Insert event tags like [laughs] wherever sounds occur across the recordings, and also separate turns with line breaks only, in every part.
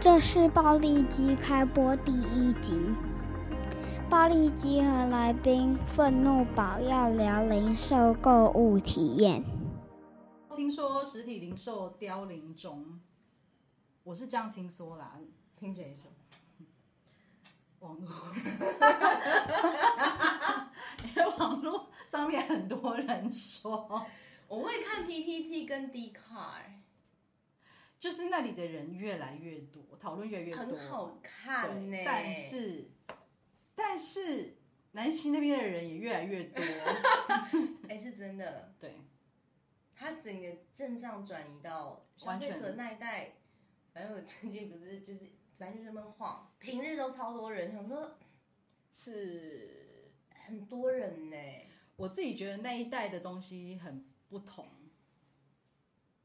这是《暴力机》开播第一集。暴力机和来宾愤怒宝要聊零售购物体验。
听说实体零售凋零中，我是这样听说啦。
听谁 [laughs] 说？
网络，因为网络上面很多人说，
我会看 PPT 跟 d c a r
就是那里的人越来越多，讨论越来越多，
很好看呢、
对但是，但是南溪那边的人也越来越
[laughs]
多，
哎、是真的，
对，
它整个阵仗转移到消费者那一代。反正我最近不是就是，反正就是那么晃，平日都超多人，想说
是
很多人呢、
我自己觉得那一代的东西很不同，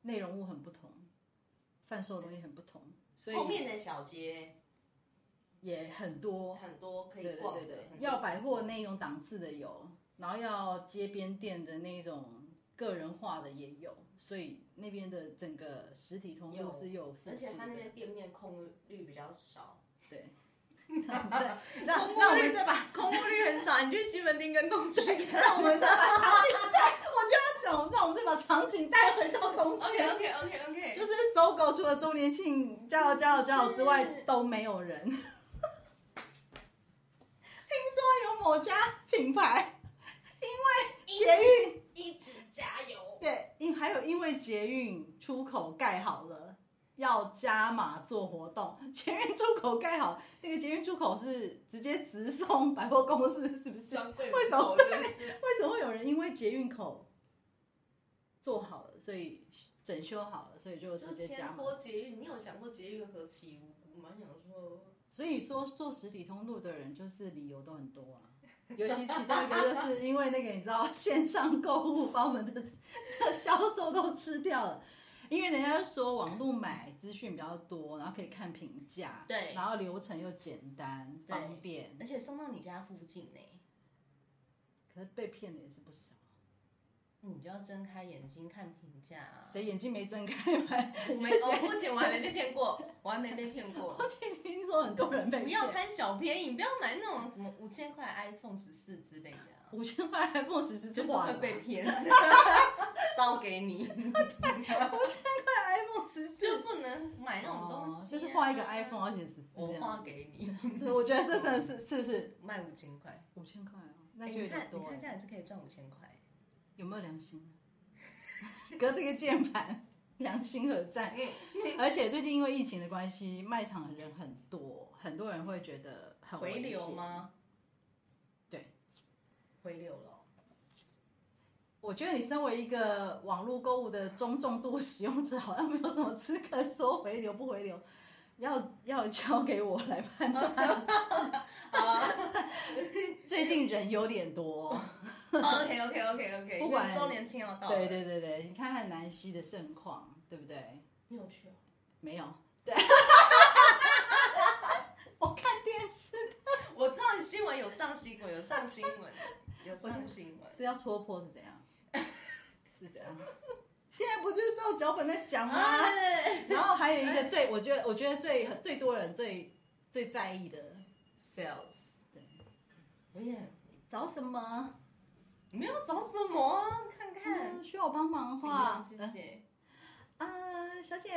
内容物很不同，贩售的东西很不同，所以
后面的小街
也很多。
很多可
对
以
对
逛的，
对对
很，多
要百货那种档次的有，然后要街边店的那种个人化的也有，所以那边的整个实体通路
有
是有复
而且
苏
它那
的
边店面空率比较少，
对。 [laughs]
[laughs]
对，那
空
那
屋
我
率
们
再把空屋率很少，你去西门町跟东 [laughs] 区，那
我们再 [laughs] 把场景带，我就要讲，让我们再把场景带回到东区。
OK OK OK OK，
就是搜狗除了周年庆加油加油加油之外
是
都没有人。听 [laughs] 说有某家品牌因为捷运
一直加油。
对，因还有因为捷运出口盖好了，要加码做活动。捷运出口盖好，那个捷运出口是直接直送百货公司，是不是？
专柜
为什么
门口真的是
为什么会有人因为捷运口做好了，所以整修好了，所以就
就
直接加
牵
码？
拖捷运，你有想过捷运何其无辜吗？想说
所以说做实体通路的人，就是理由都很多啊。尤其其中一个就是因为那个你知道线上购物把我们的这销售都吃掉了，因为人家说网络买资讯比较多，然后可以看评价，
对
然后流程又简单
对
方便，
而且送到你家附近呢、
可是被骗的也是不少。
你就要睁开眼睛看评价啊。
谁眼睛没睁开买？
我没，哦，不仅我还没被骗过，我还没被骗过。
我听听说很多人被
不要
骗，
贪小便宜，不要买那种什么五千块 iPhone 十四之类的、啊，
五千块 iPhone 十四
就是是
花
会
了，
被骗， [laughs] 烧给你，
五千块 iPhone 十四
就不能买那种东西
哦
啊、
就是画一个 iPhone 而且十四这
我
样
画给你，
子，我觉得这真的是是不是？
卖五千块。
五千块哦，那
哎，
就有
你
点
看，你
多
看这
了。
样也是可以赚五千块。
有没有良心呢？ [laughs] 隔这个键盘，良心何
[laughs]
在？而且最近因为疫情的关系，卖场的人很多，很多人会觉得很危
回
险
流？吗？
对，
回流了哦。
[laughs] 我觉得你身为一个网络购物的中重度使用者，好像没有什么资格说回流不回流，要要交给我来判
[laughs]
断。
哦
[laughs] 最近人有点多，
OK OK OK OK，
不管
周年庆要到了，
对对对对，你看看南希的盛况，对不对？
你有去哦？ [laughs]
没有， [laughs] 对，我看电视
我知道新闻有上新闻，有上新闻，有上新闻。
是要戳破是怎样？
[laughs]
是怎样？现在不就是照脚本在讲吗？
哎，
然后还有一个最，我觉得我觉得最最多人最最在意的，
sales，
对，
我也
找什么？
没有找什么啊，看看
嗯， [laughs] 需要我帮忙的
哇，
话，
嗯谢谢。
呃啊，小姐，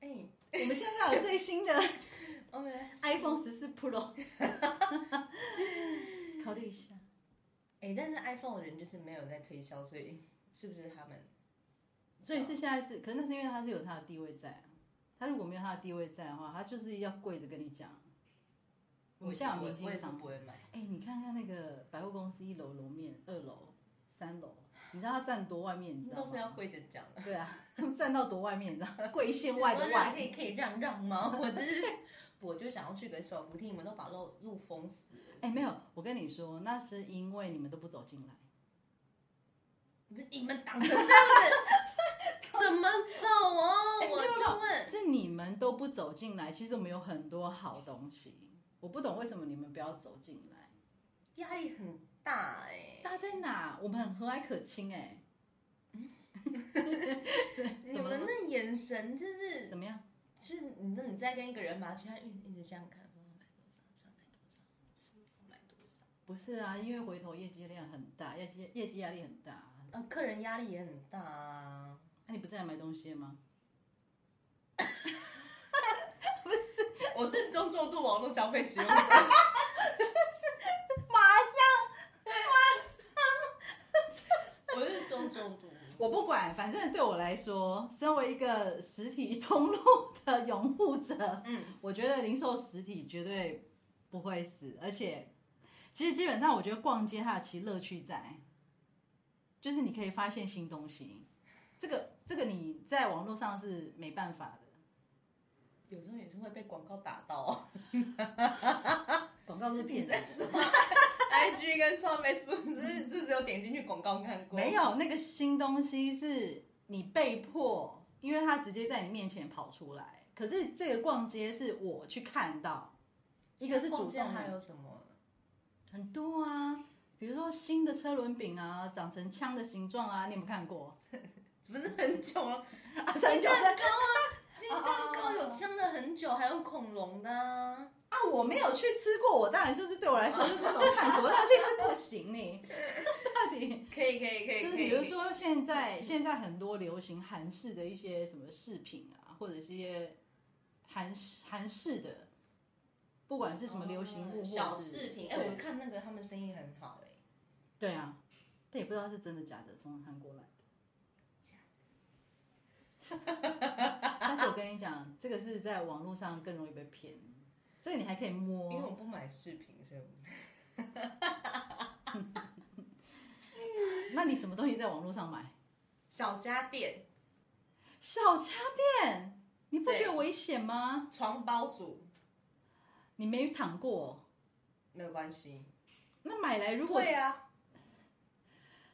哎
我们现在有最新的
，OK，
[laughs] iPhone 十四
[laughs]
Pro，考虑一下。
哎，但是 iPhone 的人就是没有在推销，所以是不是他们？
所以是现在是，可是那是因为他是有他的地位在啊。他如果没有他的地位在的话，他就是要跪着跟你讲。我们现在有明
嗯我
星
也是
商
不会买，
哎、你看看那个百货公司一楼楼面、二楼、三楼，你知道他站多外面，你知道
都
吗？
是要跪着讲的。
对啊，他们站到多外面，你知道吗？跪线外的
让可
外，
以可以让让吗？ [laughs] 我只是我就想要去个手扶梯，你们都把路路封死了。
哎、没有，我跟你说，那是因为你们都不走进来。
你们你们挡成这样子，怎么走哦？
[laughs] 哎
我
没有没
就
有
问，
是你们都不走进来。其实我们有很多好东西，我不懂为什么你们不要走进来。
压力很大哎、
大家在哪？我们很和蔼可亲哎、嗯，怎
你
么了
们
吗
的眼神就是
怎么样？
就是你知道你在跟一个人嘛，其他一一直这样看，我买多少，想买多少，我买多少。
不是啊，因为回头业绩量很大，业绩业绩压力很大啊。
啊，客人压力也很大啊。
那、你不是来买东西的吗？
我是中重度网络消费使用者，
马
我是中重度。
我不管，反正对我来说，身为一个实体通路的拥护者，
嗯，
我觉得零售实体绝对不会死，而且其实基本上我觉得逛街它的其实乐趣在，就是你可以发现新东西，这个这个你在网络上是没办法的，
有时候也是会被广告打到、哦。
[laughs] 广告都是骗
你
人
在
的。
刷 IG 跟刷 Facebook，是是只有点进去广告看过？
没，有那个新东西是你被迫，因为它直接在你面前跑出来。可是这个逛街是我去看到，一个是主
中
动
间还
的，
有什么？
很多啊，比如说新的车轮饼啊，长成枪的形状啊，你有没有看
[laughs]
过？
不是很久了，
啊，三九三
糕啊，金蛋糕有呛了很久，还有恐龙的、啊。
啊，我没有去吃过，我当然就是对我来说就是一种探索，我要去吃不行你， [laughs] 到底。
可以可以可以，
就是比如说现在现在很多流行韩式的一些什么饰品啊，或者是一些韩式韩式的，不管是什么流行物或者是、
嗯哦小饰品，哎、
对
我看那个他们生意很好、哎，
对啊，但也不知道是真的假的，从韩国来的。但是我跟你讲，这个是在网络上更容易被骗，这个你还可以
因为
摸。
我不买饰品，所以我
那你什么东西在网络上买？
小家电、
小家电，你不觉
对
得危险吗？
床包组
你没躺过，
没有关系。
那买来如果
会啊，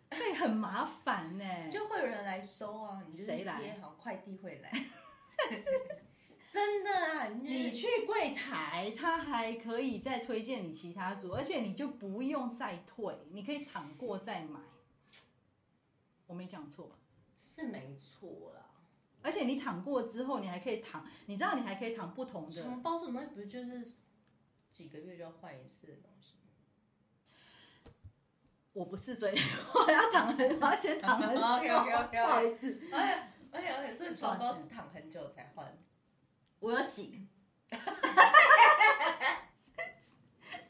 对，很麻烦呢、就
就会有人来收啊，你就是
谁来
贴好，快递会来。 [laughs] 真的啊，你就是
你去柜台，他还可以再推荐你其他组，而且你就不用再退，你可以躺过再买。我没讲错吧？
是没错啦。
而且你躺过之后，你还可以躺，你知道你还可以躺不同的。
床包这种东西不是就是几个月就要换一次的东 [laughs] 西吗？
我不是，所以我要躺很，我要先躺很久。 [laughs]
OK，OK，OK
不好意思，
而且而且哎而且，所以床包
多少
是
钱
躺很久才换。
我有洗。 [laughs]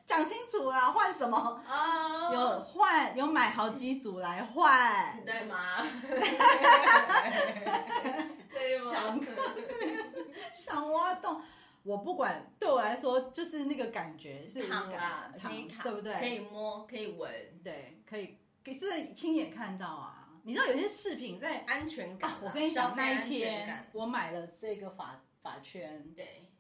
讲清楚啦，换什么？
啊
有换，有买好几组来换。
对 [laughs] 吗？对吗？ [laughs]
想想挖洞。我不管，对我来说就是那个感觉是无
躺啊
感，
可以
对不对？
可以摸，可以闻，
对，可以，可是亲眼看到啊。你知道有些饰品在，
安全感啦
啊、我跟你
消
讲，
费
那一
安全
天
感
我买了这个发发圈，
对，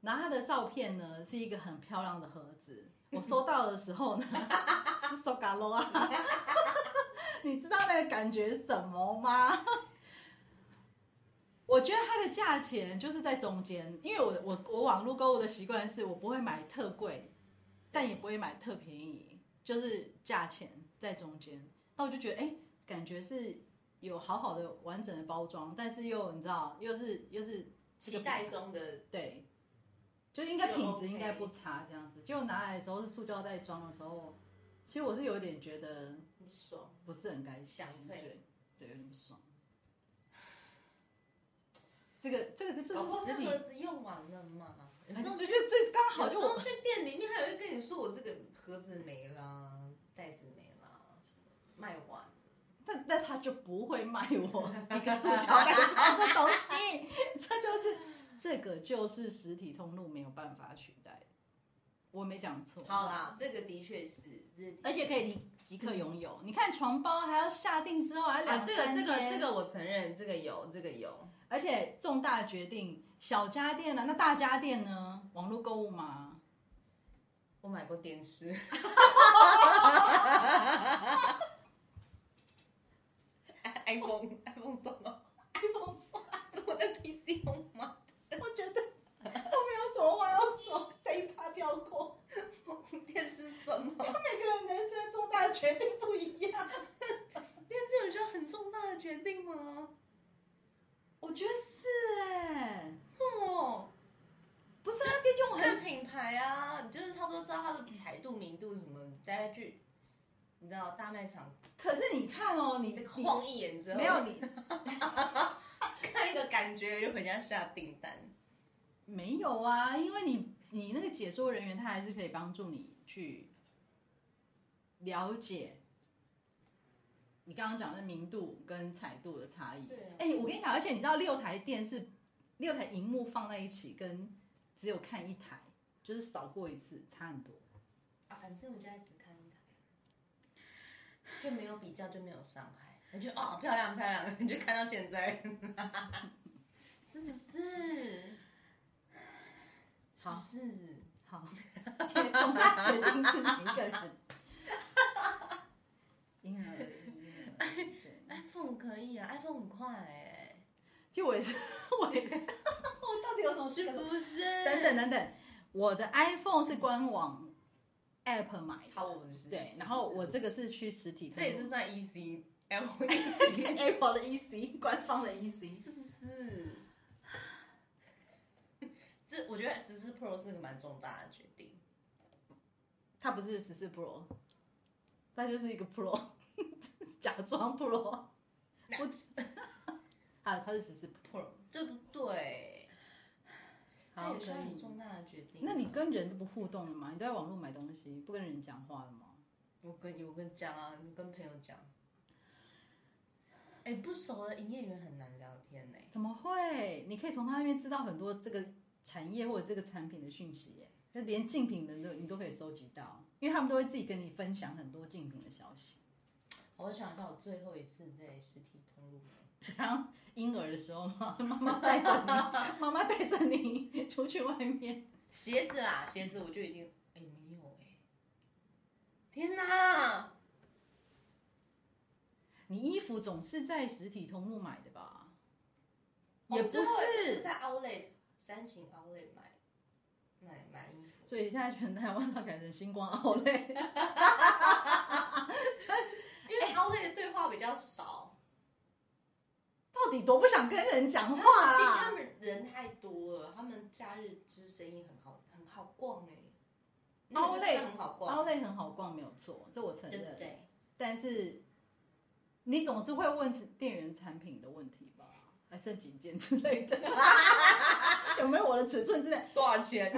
然后它的照片呢是一个很漂亮的盒子。我收到的时候呢 [laughs] 是手嘎罗啊， [laughs] 你知道那个感觉是什么吗？ [laughs] 我觉得它的价钱就是在中间，因为我的我我网络购物的习惯是我不会买特贵，但也不会买特便宜，就是价钱在中间。那我就觉得哎、诶感觉是有好好的完整的包装，但是又你知道又是又是这个
期待中的
对，就应该品
就
质
OK
应该不差这样子。结果拿来的时候是塑胶袋装的时候，其实我是有点觉得
不爽，
不是很开心
想，退
对，对，有点不爽。这个这个就
搞不好
是实
那
体，哎
盒子用完了嘛？有时候
就是最刚好
有时
就
候
我
去店里面还有人跟你说我这个盒子没啦，袋子没啦，卖完。
但但他就不会卖我一
[laughs]
个塑胶袋装的东西，这就是这个就是实体通路没有办法取代的，我没讲错。
好啦，这个的确是，这
而且可以立即刻拥有。你看床包还要下定之后还要
啊，
两
这个
三
这个
天
这个我承认，这个有这个有，
而且重大决定，小家电呢、那大家电呢？网络购物嘛，
我买过电 [laughs] 视，iPhone iPhone 算吗？iPhone 算，我的 PC 用吗？
哎我觉得我没有什么话要说，这一趴跳过。
电视算吗？
每个人人生重大决定不一样，
电视有需要很重大的决定吗？
我觉得是哎、
哦，嗯买啊，你就是差不多知道它的彩度、明度什么，大家去，你知道大卖场
可是你看哦，你的哦
晃一眼之后，
没有你
看一个感觉就回家下订单。
没有啊，因为你你那个解说人员他还是可以帮助你去了解你刚刚讲的明度跟彩度的差异。
对啊
哎、我跟你讲，而且你知道六台电视六台荧幕放在一起，跟只有看一台就是扫过一次差很多。
啊，反正我家只看一台，就没有比较，就没有伤害。我觉得哦，漂亮漂亮， [laughs] 你就看到现在， [laughs] 是不是？
好
是。
好， [laughs] 总大决定是每一个人。 [laughs] 婴儿，婴儿对
iPhone 可以啊，iPhone 很快哎、
[laughs] 其实我也是， [laughs] 我也是，我到底有什么资
是
格？
不是？
等等，等等，我的 iPhone 是官网 App 买的，
好，我们是
对，然后我这个是嗯去实体
这也
店，
是算 EC L
是 [laughs] Apple 的 EC 官方的 E EC，
是不是？这我觉得十四 Pro 是个蛮重大的决定，
它不是十四 Pro，它就是一个 Pro，假装 Pro，我 [laughs] 只啊，它是十四 Pro，
对不对？它
好，
也
可
算很
以。
重大的决定。啊
那你跟人都不互动了吗？你都在网络买东西，不跟人讲话了吗？
我跟我跟讲啊，你跟朋友讲，哎、不熟的营业员很难聊天呢、
怎么会？你可以从他那边知道很多这个产业或者这个产品的讯息耶，就连竞品的都你都可以收集到，因为他们都会自己跟你分享很多竞品的消息。
我想到我最后一次在实体通路，
像婴儿的时候嘛，妈妈带着你， [laughs] 妈妈带着你出去外面，
鞋子啦，鞋子我就已经哎、没有哎、天哪！
你衣服总是在实体通路买的吧？
哦
也不
最后一次
是
是，在 Outlet 三型 Outlet 买买买衣服，
所以现在全台湾都改成星光奥莱。
因为 Outlet 的对话比较少，
[laughs] 到底多不想跟人讲话
因为他
[laughs] 啦？
们人太多了，他们假日就是生意很好，很好逛哎、欸，那个
Outlet-
就真的很好逛，
奥莱很好逛，没有错，这我承
对不
认。
对？
但是你总是会问店员产品的问题吧？还剩几件之类
[laughs]
的，有没有我的尺寸之类？
多少钱？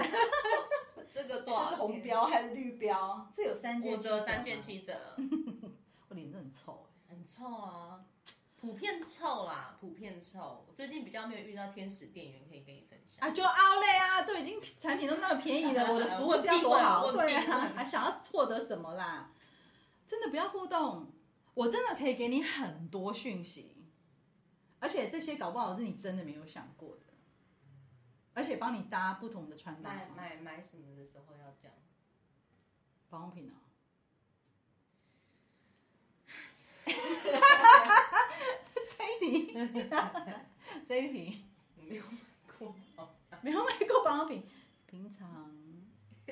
[laughs] 这个
这
多少
是
钱？
红标还是绿标？这有三件，
五折三件。七折，
我脸真的很臭欸
很臭啊，普遍臭啦，普遍臭。我最近比较没有遇到天使店员可以跟你分享。
啊，就奥莱啊，都已经产品都那么便宜了，我的服务是要多好？
[laughs] 问
对
屁问
啊，还想要获得什么啦？真的不要互动，我真的可以给你很多讯息，而且这些搞不好是你真的没有想过的，而且帮你搭不同的穿搭
买
方法。
买买什么的时候要这样？
保养
[laughs]
品啊。 [laughs] 这一题， [laughs] 这一题
没有买过吗？
没有买过保养品，平常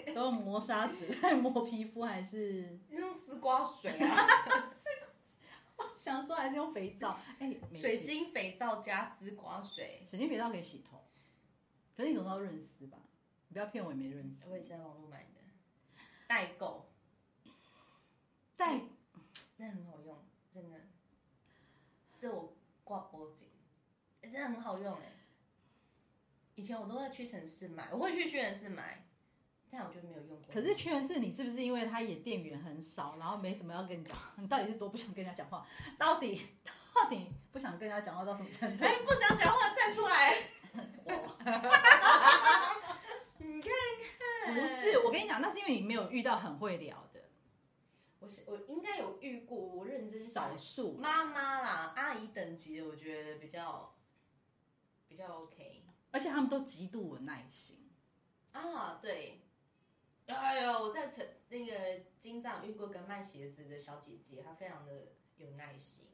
都用磨砂纸在磨皮肤，还是
[laughs] 用丝瓜水啊，
我想说还是用肥皂？哎、没洗
水晶肥皂加丝瓜水。
水晶肥皂可以洗头，可是你总要润丝吧？你不要骗我，也没润丝。
我也是在网络买的，代购，
代
那很好用，真的。这我挂脖颈，哎真的很好用哎、以前我都在屈臣氏买，我会去屈臣氏买，但我就没有用过。
可是屈臣氏，你是不是因为他也店员很少，然后没什么要跟你讲？你到底是多不想跟人家讲话？到底到底不想跟人家讲话到什么程度
哎、？不想讲话站出来，你看
[laughs]
看，
不是， [laughs] 我跟你讲，那是因为你没有遇到很会聊的
我是我应该有遇过，我认真想
少数。
妈妈啦，阿姨等级的，我觉得比较比较 OK
而且他们都极度有耐心。
啊。对，哎呦，我在成那个金藏遇过个卖鞋子的小姐姐，她非常的有耐心。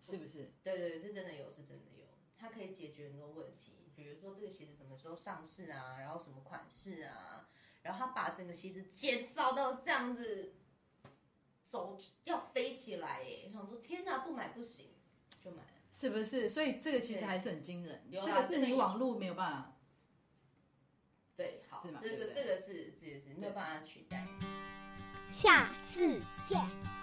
是不是？
对对，对是真的有，是真的有，它可以解决很多问题，比如说这个鞋子什么时候上市啊，然后什么款式啊，然后他把整个鞋子介绍到这样子，走要飞起来耶！我想说天哪，不买不行，就买了。
是不是？所以这个其实
对
还是很惊人，
有
这
啦
个是
这个
你
有
网络没有办法
对，好，
嘛，
这
对
个
不对
这个是这个是没有办法取代。
下次见。